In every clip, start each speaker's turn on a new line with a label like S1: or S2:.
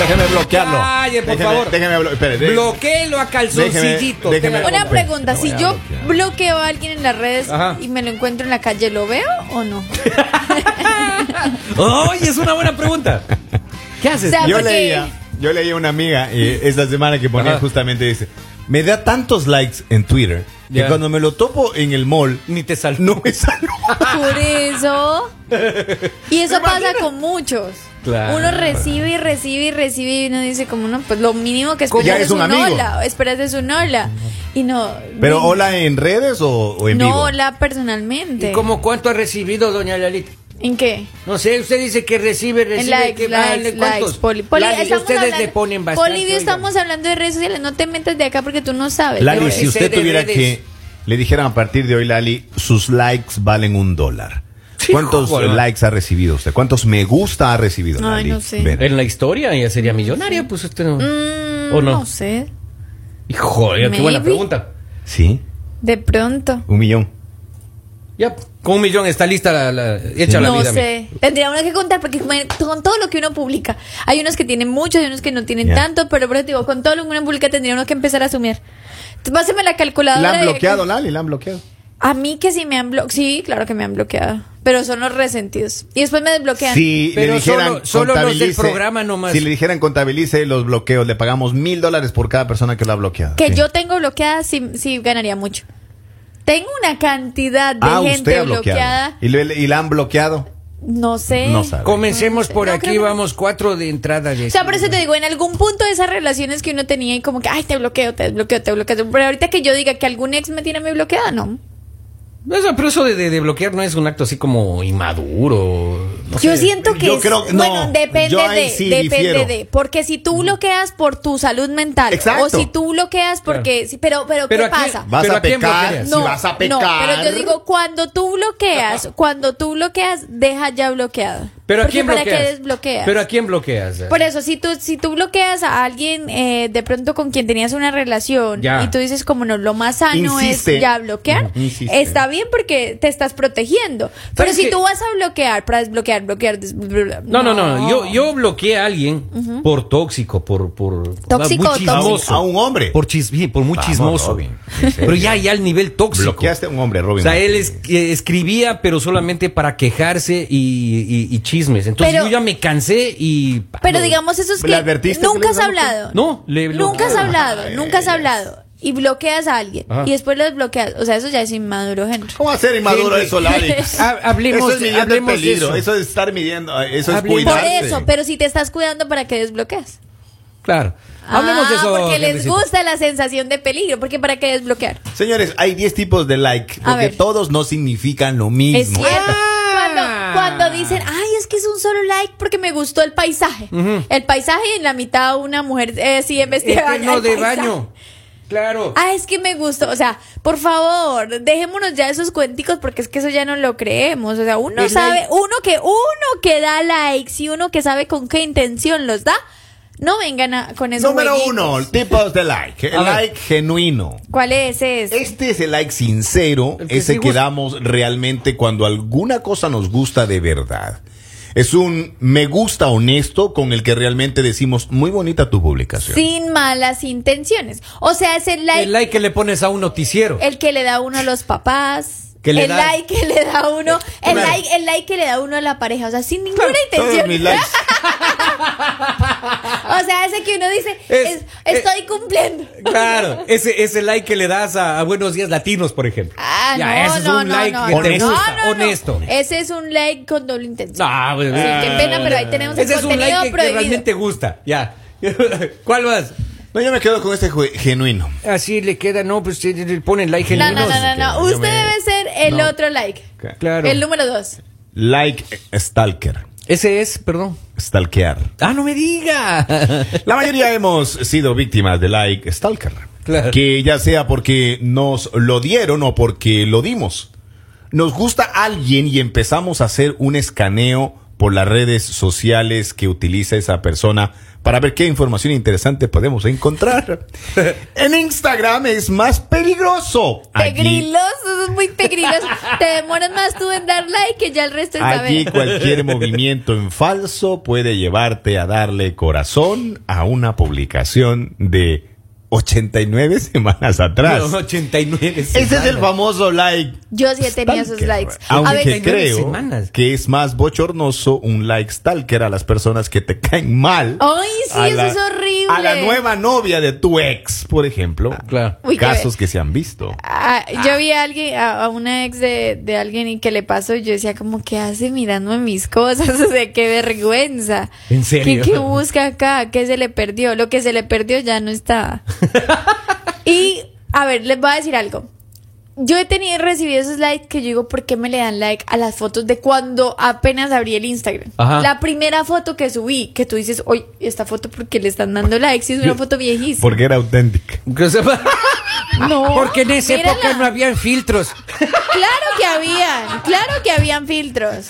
S1: Déjeme bloquearlo.
S2: Calle, por
S1: déjeme,
S2: favor.
S1: Déjeme blo- espere, déjeme-
S2: Bloquéelo a calzoncillito.
S1: Déjeme- déjeme-
S2: Te la-
S1: Bueno,
S3: Una
S1: pues,
S3: pregunta,
S1: lo
S3: si
S1: voy a
S3: yo
S1: bloquear.
S3: bloqueo a alguien en las redes
S2: Ajá.
S3: y me lo encuentro en la calle, ¿lo veo o no?
S2: ¡Ay, es una buena pregunta! ¿Qué haces?
S3: O sea,
S1: Yo
S3: porque-
S1: leía, yo leía a una amiga eh, esta semana que ponía
S2: Ajá.
S1: justamente dice, me da tantos likes en Twitter
S2: Ya.
S1: que cuando me lo topo en el mall
S2: Ni te salgo.
S1: no me saluda.
S3: Por eso. Y eso pasa con muchos.
S2: Claro.
S3: Uno recibe y recibe y recibe y uno dice como no, pues lo mínimo que
S1: Ya
S3: esperas
S1: es
S3: es
S1: un
S3: un,
S1: amigo.
S3: hola, esperas es un hola. Y no.
S1: Pero
S3: no,
S1: hola en redes o, o en vivo.
S3: Mm. No hola personalmente.
S4: ¿Y cómo cuánto ha recibido doña Lalita?
S3: ¿En qué?
S4: No sé, usted dice que recibe,
S3: En
S4: recibe.
S3: likes,
S4: que,
S3: likes,
S4: ¿cuántos?
S3: likes, Poli. Poli,
S4: Lali,
S3: estamos
S4: ustedes
S3: hablando-
S4: le ponen bastante.
S3: Polivio,
S4: oiga.
S3: estamos hablando de redes sociales. No te metas de acá porque tú no sabes.
S1: Lali,
S3: Pero-
S1: si
S4: sé
S1: usted
S4: de
S1: tuviera
S4: redes.
S1: que le dijeran a partir de hoy, Lali, sus likes valen un dólar. ¿Cuántos
S2: joder.
S1: likes ha recibido usted? ¿Cuántos me gusta ha recibido?
S3: Ay,
S1: Lali?
S3: no sé.
S1: Ver.
S2: En la historia ella sería millonaria, pues usted no.
S3: Mm,
S2: ¿O no?
S3: no sé.
S2: Hijo, oiga, qué buena
S3: Maybe.
S2: pregunta.
S1: Sí,
S3: De pronto.
S1: un millón.
S2: Ya, con un millón está lista la, la- hecha la
S3: No
S2: vida. mire.
S3: sé. Tendría uno que contar porque como- con todo lo que uno publica, hay unos que tienen mucho, hay unos que no tienen
S1: Ya.
S3: tanto, pero por eso te digo, con todo lo que uno publica tendría uno que empezar a asumir. Entonces, Páseme la calculadora.
S1: ¿La han
S3: de-
S1: bloqueado, Lali? ¿La han bloqueado?
S3: A mí que sí me han bloqueado. Sí, claro que me han bloqueado. Pero son los resentidos. Y después me desbloquean.
S1: Si
S4: Pero
S1: le dijeran
S4: solo- solo los del
S1: contabilice-
S4: programa nomás.
S1: Si le dijeran contabilice los bloqueos, le pagamos mil dólares por cada persona que lo ha bloqueado.
S3: Que
S1: Sí.
S3: yo tengo bloqueada, sí, sí ganaría mucho. Tengo una cantidad de
S1: Ah, usted
S3: gente
S1: ha bloqueado.
S3: bloqueada.
S1: ¿Y, le- y la han bloqueado?
S3: No sé.
S1: No sabe.
S4: Comencemos por
S3: No, creo
S4: aquí,
S3: que no.
S4: vamos cuatro de entrada.
S2: este
S4: De
S3: O sea, por eso te digo, en algún punto esas relaciones que uno tenía y como que, ay, te bloqueo, te bloqueo, te bloqueo. Pero ahorita que yo diga que algún ex me tiene a mí bloqueada, no.
S2: Eso, pero eso de, de- de bloquear no es un acto así como inmaduro. no
S3: Yo
S2: sé.
S3: siento que
S1: yo
S3: es-
S1: creo- no,
S3: bueno, depende
S1: yo ahí
S3: de,
S1: sí
S3: depende
S1: difiero.
S3: de, porque si tú bloqueas por tu salud mental
S1: Exacto.
S3: o si tú bloqueas porque, sí, pero, pero,
S2: Pero
S3: ¿qué
S2: aquí-
S3: pasa?
S1: Vas
S2: ¿Pero
S1: a
S2: a quién
S1: pecar,
S2: bloqueas?
S1: si
S3: No,
S1: vas a
S3: no,
S1: pecar.
S3: pero yo digo, cuando tú bloqueas, cuando tú bloqueas, deja ya bloqueado.
S2: ¿Pero a
S3: Porque
S2: quién
S3: para
S2: bloqueas?
S3: qué desbloqueas.
S2: ¿Pero a quién bloqueas?
S3: Por eso, si tú, si tú bloqueas a alguien eh, de pronto con quien tenías una relación
S2: Ya.
S3: y tú dices como no, lo más sano
S1: Insiste.
S3: es ya bloquear,
S1: Ujú, insiste.
S3: está bien porque te estás protegiendo. Pero
S2: ¿Sabes
S3: si
S2: qué?
S3: tú vas a bloquear para desbloquear, bloquear, des- bla, bla,
S2: No, no, no, Yo, yo bloqueé a alguien por tóxico, por, por
S3: Tóxico
S2: muy
S3: o
S1: a, un,
S2: chismoso.
S1: a un hombre.
S2: Por chis- sí, por muy
S1: Vamos,
S2: chismoso.
S1: Robin, en serio.
S2: Pero ya, ya al nivel tóxico.
S1: Bloqueaste a un hombre,
S2: O
S1: Robin.
S2: sea, él es- eh, escribía, pero solamente para quejarse y, y- y chismes. Entonces
S3: Pero-
S2: yo ya me cansé y.
S3: Pero
S2: lo-
S3: digamos eso es
S1: ¿Le
S3: que
S1: advertiste que le
S3: nunca has
S1: ibas a
S3: hablado.
S2: No, le
S3: nunca has
S2: bloqueo.
S3: hablado, nunca has hablado y bloqueas a alguien
S2: Ajá.
S3: y después lo desbloqueas. O sea, eso ya es inmaduro, Henry.
S1: ¿Cómo hacer inmaduro
S4: Henry.
S1: eso, Lali?
S4: Ha- hablemos
S1: eso es
S4: de-
S1: midiendo el
S4: hablemos de
S1: peligro, eso.
S4: eso.
S1: es estar midiendo, eh, eso
S4: Hablemos-
S1: es
S3: Por
S1: cuidarse.
S3: eso, pero si te estás cuidando para que desbloqueas.
S2: Claro. Hablemos
S3: Ah,
S2: de eso.
S3: Porque les
S2: Henrycito.
S3: gusta la sensación de peligro, porque para qué desbloquear.
S1: Señores, hay 10 tipos de like,
S3: A
S1: porque
S3: ver.
S1: todos no significan lo
S3: Es
S1: mismo.
S3: cierto. Cuando, cuando dicen, ay, es que es un solo like porque me gustó el paisaje. El paisaje y en la mitad una mujer eh, sí en vestido
S2: Este,
S3: de baño,
S4: Eterno
S3: el
S4: de
S3: paisaje.
S4: baño. Claro.
S3: Ah, es que me gustó. O sea, por favor, dejémonos ya esos cuenticos porque es que eso ya no lo creemos. O sea, uno
S4: El
S3: sabe,
S4: like.
S3: uno que, uno que da likes y uno que sabe con qué intención los da, no vengan a- con esos
S1: Número
S3: jueguitos.
S1: uno, tipos de like. El
S2: A ver.
S1: like genuino.
S3: ¿Cuál es ese?
S1: Este es el like sincero,
S2: El que
S1: ese
S2: sí
S1: que
S2: gusta.
S1: damos realmente cuando alguna cosa nos gusta de verdad. Es un me gusta honesto con el que realmente decimos, muy bonita tu publicación.
S3: sin malas intenciones. O sea, es el like,
S2: El like que le pones a un noticiero.
S3: el que le da uno a los papás.
S2: Que le
S3: el
S2: da- Eh,
S3: like que le da uno, el
S1: Claro.
S3: like, el like que le da uno a la pareja, o sea, sin ninguna
S1: Todos
S3: intención.
S1: mis likes.
S3: O sea, ese que uno dice,
S2: Es- eh,
S3: es- estoy cumpliendo.
S2: Claro, ese, ese like que le das a, a Buenos Días Latinos, por ejemplo.
S3: Ah,
S2: Ya,
S3: no,
S2: ese es
S3: no,
S2: un
S3: no,
S2: like
S3: no,
S2: que te
S1: Honesto.
S2: gusta,
S3: No, no, no.
S2: honesto.
S3: Ese es un like con doble intención.
S2: No, pues,
S3: Sí, qué pena, pero ahí tenemos el
S2: Ese es un
S3: contenido
S2: like que- que,
S3: prohibido.
S2: realmente gusta. Ya. ¿Cuál vas?
S1: No, yo me quedo con este ju- genuino.
S4: Así le queda, no, pues sí, le ponen like
S3: No,
S4: genuinos.
S3: no, no, no, no.
S1: Yo me-
S3: Usted debe ser el
S1: No.
S3: otro like.
S2: Claro.
S3: El número dos.
S1: Like stalker.
S2: Ese es, perdón.
S1: Stalkear.
S2: Ah, no me diga.
S1: La mayoría hemos sido víctimas de like stalker.
S2: Claro.
S1: Que ya sea porque nos lo dieron o porque lo dimos. Nos gusta alguien y empezamos a hacer un escaneo por las redes sociales que utiliza esa persona para ver qué información interesante podemos encontrar. en Instagram es más peligroso. Allí,
S3: Pegrilos, eso es muy pegrilos. Te demoras más tú en dar like que ya el resto es
S1: allí
S3: saber.
S1: cualquier movimiento en falso puede llevarte a darle corazón a una publicación de 89 semanas atrás.
S2: No, 89
S1: Ese es el
S2: semanas.
S1: famoso like.
S3: Yo sí he tenido esos
S1: stalker.
S3: likes. A
S1: Aunque
S3: ver,
S2: que-
S1: creo
S2: semanas.
S1: que es más bochornoso un like stalker a las personas que te caen mal.
S3: Ay, sí,
S1: A
S3: eso
S1: la-
S3: es horrible.
S1: A la nueva novia de tu ex, por ejemplo.
S2: Ah, claro.
S3: Uy, qué
S1: Casos que se han visto.
S3: Ah, yo vi a alguien, a, a una ex de, de alguien y que le pasó, y yo decía como, ¿qué hace mirando mis cosas? O sea, qué vergüenza.
S2: ¿En serio?
S3: ¿Qué, qué busca acá? ¿Qué se le perdió? Lo que se le perdió ya no está. y, a ver, les voy a decir algo. Yo he tenido, recibido esos likes que yo digo, ¿por qué me le dan like a las fotos de cuando apenas abrí el Instagram?
S2: Ajá.
S3: La primera foto que subí, que tú dices, oye, esta foto, ¿por qué le están dando likes? Y es una foto viejísima.
S1: Porque era auténtica.
S4: Que se va-
S3: No,
S4: Porque en esa
S3: mírala.
S4: época no habían filtros.
S3: Claro que habían, claro que habían filtros.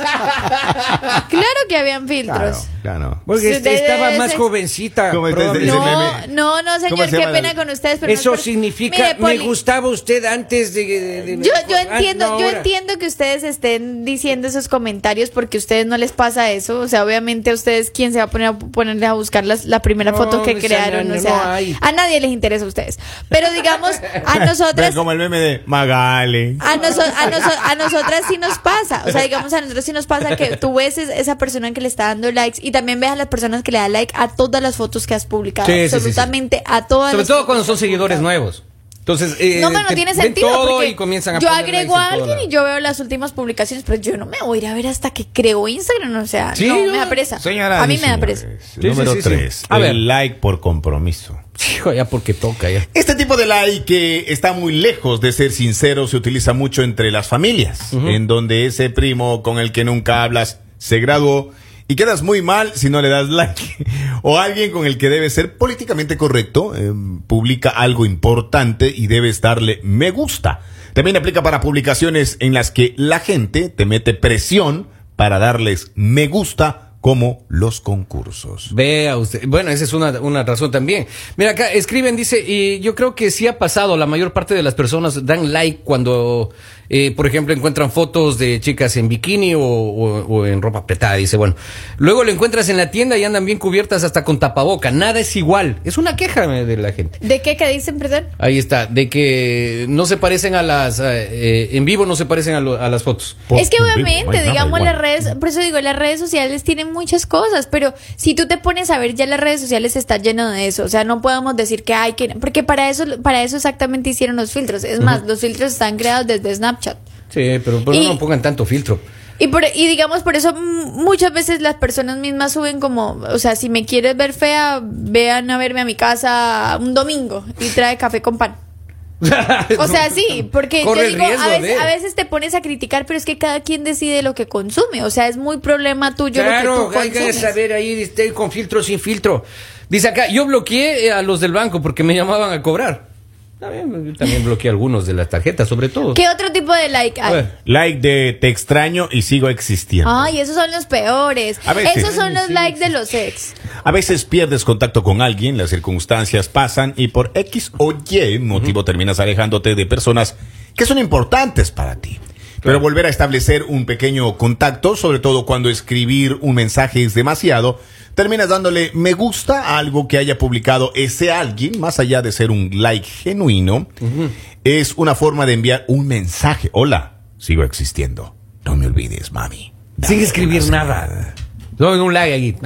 S3: Claro que habían
S1: Claro,
S3: filtros.
S1: claro.
S4: Porque
S2: este,
S3: Ustedes-
S4: estaba más jovencita.
S1: ¿Cómo está ese-
S4: probablemente.
S1: ese
S3: No,
S1: meme?
S3: no, no,
S1: ¿Cómo
S3: señor,
S1: se
S3: qué
S1: llama
S3: pena
S1: la-
S3: con ustedes. pero no
S4: Eso
S3: es por-
S4: significa
S3: Mire,
S4: me
S3: Poli,
S4: gustaba usted antes de, de- de-
S3: Yo, yo
S4: ah, no,
S3: entiendo, yo
S4: ahora.
S3: entiendo que ustedes estén diciendo esos comentarios porque a ustedes no les pasa eso. O sea, obviamente a ustedes quién se va a poner a ponerle a buscar las- la primera
S4: No,
S3: foto que
S4: esa
S3: crearon.
S4: no,
S3: o
S4: no
S3: sea,
S4: hay.
S3: a nadie les interesa a ustedes. Pero digamos, a nosotras
S1: Ve como el meme de Magali.
S3: A, noso- a, noso- a nosotras sí nos pasa, o sea, digamos a nosotros sí nos pasa que tú ves es- esa persona que le está dando likes y también ves a las personas que le dan like a todas las fotos que has publicado,
S2: Sí, sí, sí, sí.
S3: absolutamente a todas.
S2: Sobre
S3: las
S2: todo
S3: fotos
S2: cuando
S3: que
S2: son
S3: has
S2: seguidores
S3: publicado.
S2: nuevos. Entonces, eh,
S3: No, pero no
S2: te
S3: tiene
S2: ven
S3: sentido.
S2: todo
S3: porque
S2: y comienzan a
S3: yo
S2: poner
S3: agrego
S2: likes
S3: a
S2: en todo
S3: alguien y yo
S2: lado.
S3: veo las últimas publicaciones, pero yo no me voy a ir a ver hasta que creo Instagram, o sea,
S2: Sí,
S3: no,
S2: no.
S3: me da presa.
S1: Señora
S3: a mí
S1: y
S3: me da
S1: señores,
S3: presa.
S2: sí,
S1: número
S2: sí, sí.
S1: 3.
S2: A ver.
S1: El like por compromiso.
S2: Hijo, ya porque toca ya.
S1: Este tipo de like que está muy lejos de ser sincero se utiliza mucho entre las familias, en donde ese primo con el que nunca hablas se graduó y quedas muy mal si no le das like. O alguien con el que debe ser políticamente correcto, eh, publica algo importante y debes darle me gusta. También aplica para publicaciones en las que la gente te mete presión para darles me gusta como los concursos.
S2: Vea usted. Bueno, esa es una, una razón también. Mira, acá escriben, dice, y yo creo que sí ha pasado, la mayor parte de las personas dan like cuando, eh, por ejemplo, encuentran fotos de chicas en bikini o, o- o en ropa apretada, dice, bueno. Luego lo encuentras en la tienda y andan bien cubiertas hasta con tapaboca, nada es igual. Es una queja eh, de la gente.
S3: ¿De qué que dicen, perdón?
S2: Ahí está, de que no se parecen a las, eh, eh, en vivo no se parecen a, lo- a las fotos.
S1: Por
S3: es que
S1: tu
S3: obviamente,
S1: primo,
S3: digamos,
S1: bueno,
S3: las redes, por eso digo, las redes sociales tienen muchas cosas, pero si tú te pones a ver, ya las redes sociales están llenas de eso. O sea, no podemos decir que hay que. Porque para eso, para eso exactamente hicieron los filtros. Es más, los filtros están creados desde Snapchat.
S2: Sí, pero, pero
S3: Y-
S2: no pongan tanto filtro.
S3: Y, por, y digamos, por eso mm, muchas veces las personas mismas suben como, o sea, si me quieres ver fea, vean a verme a mi casa un domingo y trae café con pan. O sea, sí, porque yo
S2: Corre el
S3: digo, a
S2: riesgo
S3: veces,
S2: de-
S3: a veces te pones a criticar, pero es que cada quien decide lo que consume. O sea, es muy problema tuyo
S4: Claro,
S3: lo que tú
S4: hay que
S3: consumes.
S4: saber ahí, este, con filtro o sin filtro.
S2: Dice acá, yo bloqueé eh, a los del banco porque me llamaban a cobrar. También, yo también bloqueé algunos de las tarjetas, sobre todo.
S3: ¿Qué otro tipo de like hay?
S2: Bueno,
S1: Like de te extraño y sigo existiendo.
S3: Ay, esos son los peores.
S1: A veces.
S3: Esos son los likes de los ex.
S1: A veces pierdes contacto con alguien, las circunstancias pasan y por X o Y motivo terminas alejándote de personas que son importantes para ti. Pero volver a establecer un pequeño contacto, sobre todo cuando escribir un mensaje es demasiado, terminas dándole me gusta a algo que haya publicado ese alguien, más allá de ser un like genuino, es una forma de enviar un mensaje. Hola, sigo existiendo. No me olvides, mami.
S2: Sin escribir nada. No, en un like ahí.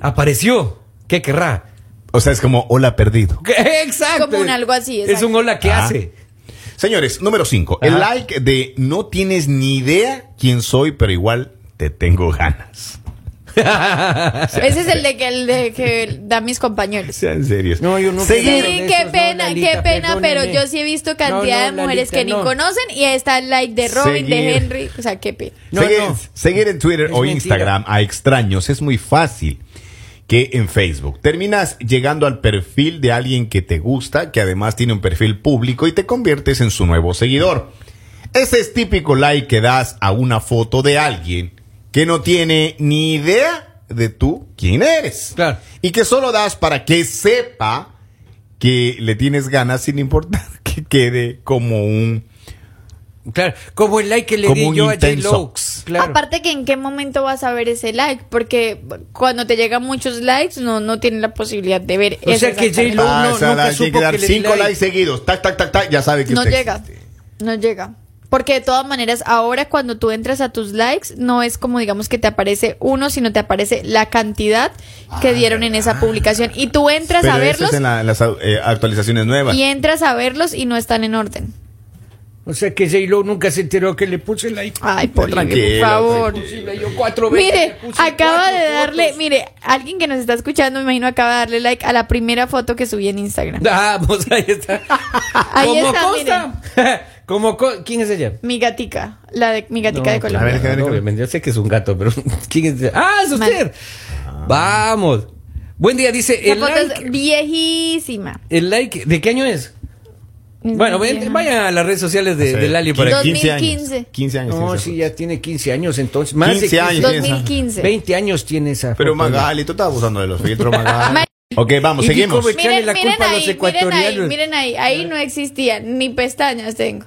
S2: Apareció. ¿Qué querrá?
S1: O sea, es como hola perdido.
S2: Exacto.
S3: Como un algo así,
S2: Es
S3: exacto.
S2: un hola que
S1: Ah.
S2: hace.
S1: Señores, número 5. El
S2: Ajá.
S1: like de no tienes ni idea quién soy, pero igual te tengo ganas.
S3: Ese es el de que, el de que dan mis compañeros.
S1: Sean serios.
S4: No, yo no
S1: Seguir-
S4: quiero-
S3: Sí,
S4: Esos
S3: qué
S4: no,
S3: pena,
S4: Lalita,
S3: qué pena, pero
S4: perdóneme.
S3: yo sí he visto
S4: No,
S3: cantidad
S4: no,
S3: de mujeres
S4: Lalita,
S3: que ni
S4: no.
S3: conocen y ahí está el like de Robin,
S1: Seguir.
S3: de Henry, o sea, qué pena.
S4: No,
S1: seguir,
S4: no.
S1: seguir en Twitter
S4: Es
S1: o
S4: mentira.
S1: Instagram a extraños es muy fácil que en Facebook. Terminas llegando al perfil de alguien que te gusta, que además tiene un perfil público y te conviertes en su nuevo seguidor. Ese es típico like que das a una foto de alguien que no tiene ni idea de tú quién eres.
S2: Claro.
S1: Y que solo das para que sepa que le tienes ganas sin importar que quede como un...
S4: Claro, como el like que le
S1: Como un
S4: di yo a J.
S1: intenso.
S4: Lo. Claro.
S3: Aparte que en qué momento vas a ver ese like, porque cuando te llegan muchos likes no, no tienes la posibilidad de ver
S4: O
S3: ese
S4: sea que
S3: exactamente.
S4: J-Lo no-
S1: Pasa,
S4: nunca
S1: da-
S4: supo
S1: tiene que dar
S4: que le di
S1: cinco
S4: like.
S1: likes seguidos. Tac, tac, tac, tac. Ya sabe que
S3: no
S1: usted
S3: llega.
S1: existe.
S3: No llega. Porque de todas maneras, ahora cuando tú entras a tus likes, no es como digamos que te aparece uno, sino te aparece la cantidad
S4: Ah,
S3: que dieron en esa publicación. Y tú entras
S1: Pero
S3: a
S1: eso
S3: verlos
S1: es en la- en las eh, actualizaciones nuevas.
S3: y entras a verlos y no están en orden.
S4: O sea que J-Lo nunca se enteró que le puse like.
S3: Ay, por
S1: Tranquilo,
S3: favor.
S4: Imposible, yo cuatro veces
S3: Mire,
S4: le puse
S3: acaba
S4: cuatro
S3: de darle,
S4: fotos.
S3: mire, alguien que nos está escuchando, me imagino, acaba de darle like a la primera foto que subí en Instagram.
S2: Ah, pues ahí está.
S3: Ahí
S4: Como
S3: está, miren,
S4: cosa. Como co- ¿Quién es ella?
S3: mi gatica, la de mi gatica de
S1: A
S3: Colombia.
S1: ver, déjame ver, déjame ver.
S2: pues, obviamente, yo sé que es un gato, pero ¿quién es? Ah, es
S3: Mal.
S2: usted. Vamos. Buen día, dice
S3: Esa
S2: el
S3: foto
S2: like.
S3: es viejísima.
S2: El like, ¿de qué año es?
S3: Es
S2: Bueno,
S3: muy
S2: ven-
S3: vieja.
S2: vaya a las redes sociales de, de Lali para que.
S3: 2015.
S1: 15 años. 15 años.
S4: No,
S1: tiene
S4: sí,
S1: esa
S4: ya tiene 15 años entonces. Más
S1: 15
S4: de 15
S1: años.
S4: años.
S3: 2015.
S4: 20 años tiene esa.
S1: Pero
S4: foto.
S1: Magali, tú estás abusando de los filtros, Magali.
S3: Ma-
S1: ok, vamos,
S4: Y di
S1: seguimos.
S4: cómo- Echarle la culpa a los
S3: miren ahí,
S4: ecuatorianos.
S3: miren ahí, ahí no existían, ni pestañas tengo.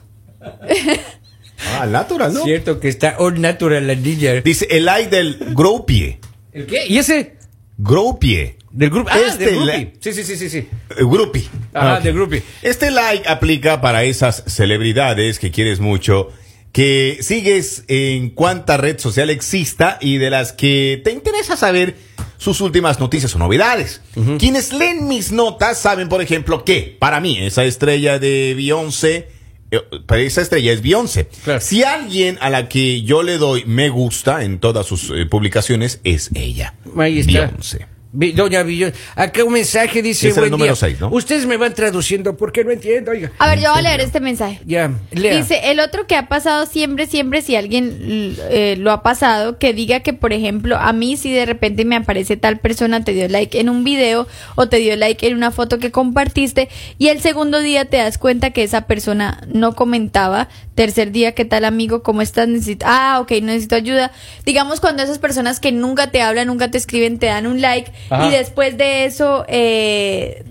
S1: Ah, natural, ¿no?
S4: Cierto que está all natural la niña.
S1: Dice el like del Groupie.
S2: ¿El qué? ¿Y ese?
S1: Groupie.
S2: Del grupo. Ah,
S1: Este
S2: del
S1: la-
S2: grupi. Sí, sí, sí, sí, sí.
S1: Eh, Groupie.
S2: Ah,
S1: ok.
S2: del grupi.
S1: Este like aplica para esas celebridades que quieres mucho, que sigues en cuánta red social exista y de las que te interesa saber sus últimas noticias o novedades. Quienes leen mis notas saben, por ejemplo, que para mí esa estrella de Beyoncé, eh, para esa estrella es Beyoncé.
S2: Claro.
S1: Si alguien a la que yo le doy me gusta en todas sus eh, publicaciones es ella.
S4: Ahí está.
S1: Beyoncé.
S4: Vi- Doña Villón. Acá un mensaje dice.
S1: Ese era
S4: buen
S1: el número
S4: día.
S1: seis, ¿no?
S4: Ustedes me van traduciendo porque no entiendo. Oiga.
S3: A ver, yo voy a leer este mensaje.
S4: Ya, lea.
S3: Dice, el otro que ha pasado siempre, siempre, si alguien l- eh, lo ha pasado, que diga que, por ejemplo, a mí si de repente me aparece tal persona, te dio like en un video o te dio like en una foto que compartiste y el segundo día te das cuenta que esa persona no comentaba, tercer día, ¿qué tal amigo? ¿Cómo estás? Necesito, ah, ok, necesito ayuda. Digamos cuando esas personas que nunca te hablan, nunca te escriben, te dan un like
S2: Ajá.
S3: y después de eso... Eh,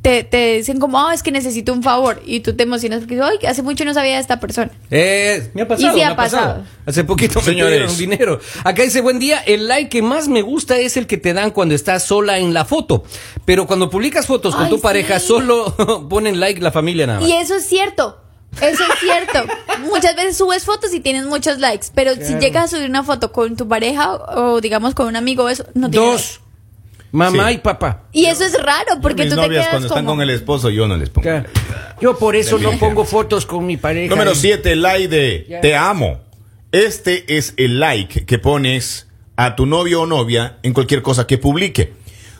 S3: te, te dicen como, ah, es que necesito un favor. Y tú te emocionas porque, ay, hace mucho no sabía de esta persona.
S2: Eh, me ha pasado.
S3: Y sí
S2: me
S3: ha pasado.
S2: Hace poquito me
S1: Señores.
S2: dieron dinero. Acá dice, buen día, el like que más me gusta es el que te dan cuando estás sola en la foto. Pero cuando publicas fotos con
S3: Ay,
S2: tu
S3: sí.
S2: pareja, solo ponen like la familia
S1: Ah.
S2: nada más.
S3: Y eso es cierto. Eso es cierto. Muchas veces subes fotos y tienes muchos likes, pero si llegas a subir una foto con tu pareja o, o digamos con un amigo, eso no tiene
S4: Dos. Mamá
S1: Sí.
S4: y papá.
S3: Y eso es raro porque
S1: Mis
S3: tú te
S1: novias
S3: quedas
S1: cuando están
S3: como-
S1: con el esposo yo no les pongo.
S4: Claro. Yo por eso no
S1: Delicia.
S4: pongo fotos con mi pareja.
S1: Número
S4: Y-
S1: 7, el like de
S4: Ya.
S1: Te amo. Este es el like que pones a tu novio o novia en cualquier cosa que publique.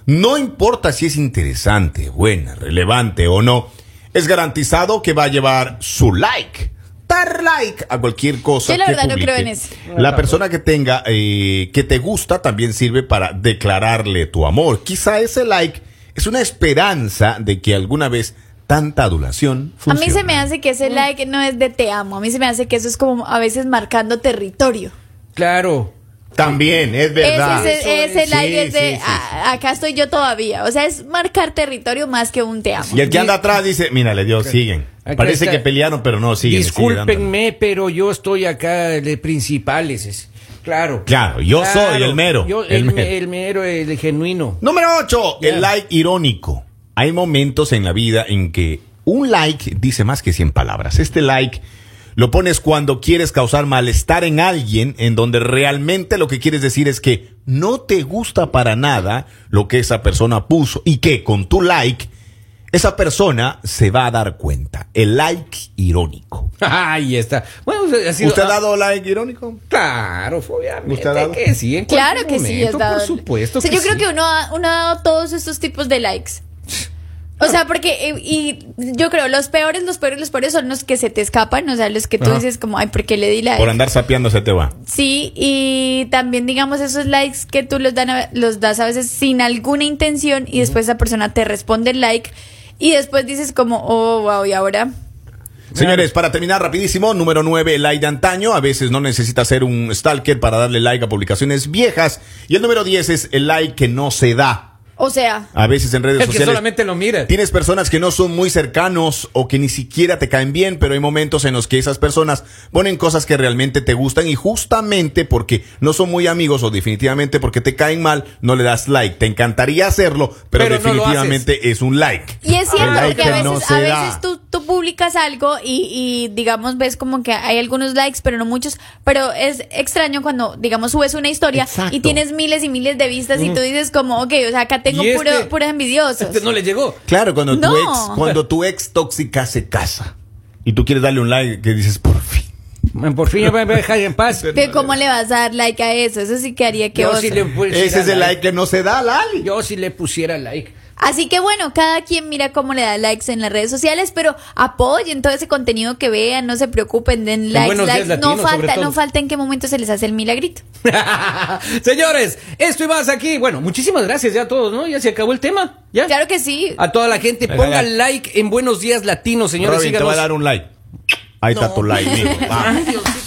S1: No importa si es interesante, buena, relevante o no, es garantizado que va a llevar su like. Dar like a cualquier cosa.
S3: Yo la
S1: que
S3: verdad no
S1: publique.
S3: creo en eso.
S1: La persona que tenga, eh, que te gusta, también sirve para declararle tu amor. Quizá ese like es una esperanza de que alguna vez tanta adulación
S3: A
S1: funcione.
S3: mí se me hace que ese like no es de te amo, a mí se me hace que eso es como a veces marcando territorio.
S4: Claro.
S1: También, es verdad.
S3: Ese, es-
S4: Eso
S3: ese
S4: es.
S3: like
S1: Sí,
S3: es de
S1: sí, sí,
S3: "Ah, acá estoy yo todavía. O sea, es marcar territorio más que un te amo.
S1: Y el que anda atrás dice, mira, le dio, siguen.
S4: Acá
S1: Parece
S4: está.
S1: que pelearon, pero no, siguen. le sigue dando.
S4: Discúlpenme, pero yo estoy acá de principales. es- Claro.
S1: Claro, yo soy el mero,
S4: Yo,
S1: el
S4: el,
S1: mero.
S4: me- el mero, el genuino.
S1: Número 8,
S4: Ya.
S1: el like irónico. Hay momentos en la vida en que un like dice más que 100 palabras. Este like lo pones cuando quieres causar malestar en alguien, en donde realmente lo que quieres decir es que no te gusta para nada lo que esa persona puso y que con tu like esa persona se va a dar cuenta. El like irónico.
S2: Ahí está. Bueno, ha sido-
S1: ¿Usted ha
S2: ah,
S1: dado like irónico?
S4: Claro, obviamente.
S1: ¿Usted ha dado?
S4: que sí, en cualquier
S3: Claro que sí,
S4: momento,
S3: has dado-
S4: Por supuesto.
S3: O sea,
S4: que
S3: yo creo
S4: sí.
S3: que uno ha, uno ha dado todos estos tipos de likes. O sea, porque, eh, y yo creo, los peores, los peores, los peores son los que se te escapan, o sea, los que tú
S2: Ajá.
S3: dices como, ay, ¿por qué le di like?
S1: Por andar sapeando se te va.
S3: Sí, y también digamos esos likes que tú los, dan a- los das a veces sin alguna intención y después esa persona te responde el like y después dices como, oh, wow, y ahora...
S1: Señores, para terminar rapidísimo, número 9, el like de antaño. A veces no necesita ser un stalker para darle like a publicaciones viejas. Y el número 10 es el like que no se da.
S3: O sea,
S1: A veces en redes
S2: El que
S1: sociales.
S2: solamente lo mira.
S1: Tienes personas que no son muy cercanos o que ni siquiera te caen bien, pero hay momentos en los que esas personas ponen cosas que realmente te gustan y justamente porque no son muy amigos o definitivamente porque te caen mal, no le das like. Te encantaría hacerlo, pero,
S2: Pero no lo
S1: definitivamente es un like.
S3: y es cierto
S1: El like
S3: que a
S1: que
S3: veces,
S1: no
S3: a
S1: se
S3: veces
S1: da.
S3: tú, tú publicas algo y, y, digamos ves como que hay algunos likes, pero no muchos. Pero es extraño cuando, digamos, subes una historia
S1: Exacto. Mm.
S3: y tienes miles y miles de vistas y tú dices como, ok, o sea, acá tengo
S2: Y
S3: puro,
S2: este-
S3: puros envidiosos.
S2: Este no le llegó.
S1: Claro, cuando
S3: No.
S1: tu ex, cuando tu ex tóxica se casa y tú quieres darle un like que dices por fin.
S4: Man, Mm, Por fin ya me me dejar en paz.
S3: Pero ¿cómo le vas a dar like a eso? Eso sí que haría que
S4: Yo
S3: oso.
S4: sí le pusiera
S1: Ese es el like que no se da, Lali.
S4: Yo sí le pusiera like.
S3: Así que bueno, cada quien mira cómo le da likes en las redes sociales, pero apoyen todo ese contenido que vean, no se preocupen, den likes,
S2: Buenos
S3: likes.
S2: Días
S3: no
S2: Latino, sobre
S3: falta,
S2: todo.
S3: no falta en qué momento se les hace el milagrito.
S2: Señores, esto y más aquí. Bueno, muchísimas gracias ya a todos, ¿no? Ya se acabó el tema. ¿Ya?
S3: Claro que sí.
S2: A toda la gente,
S1: Venga,
S2: ponga
S1: ya.
S2: like en Buenos Días Latinos, señores.
S1: Robin, te va a
S2: síganos.
S1: dar un like. Ahí está tu like, amigo. Va.
S2: Ay, Diosito.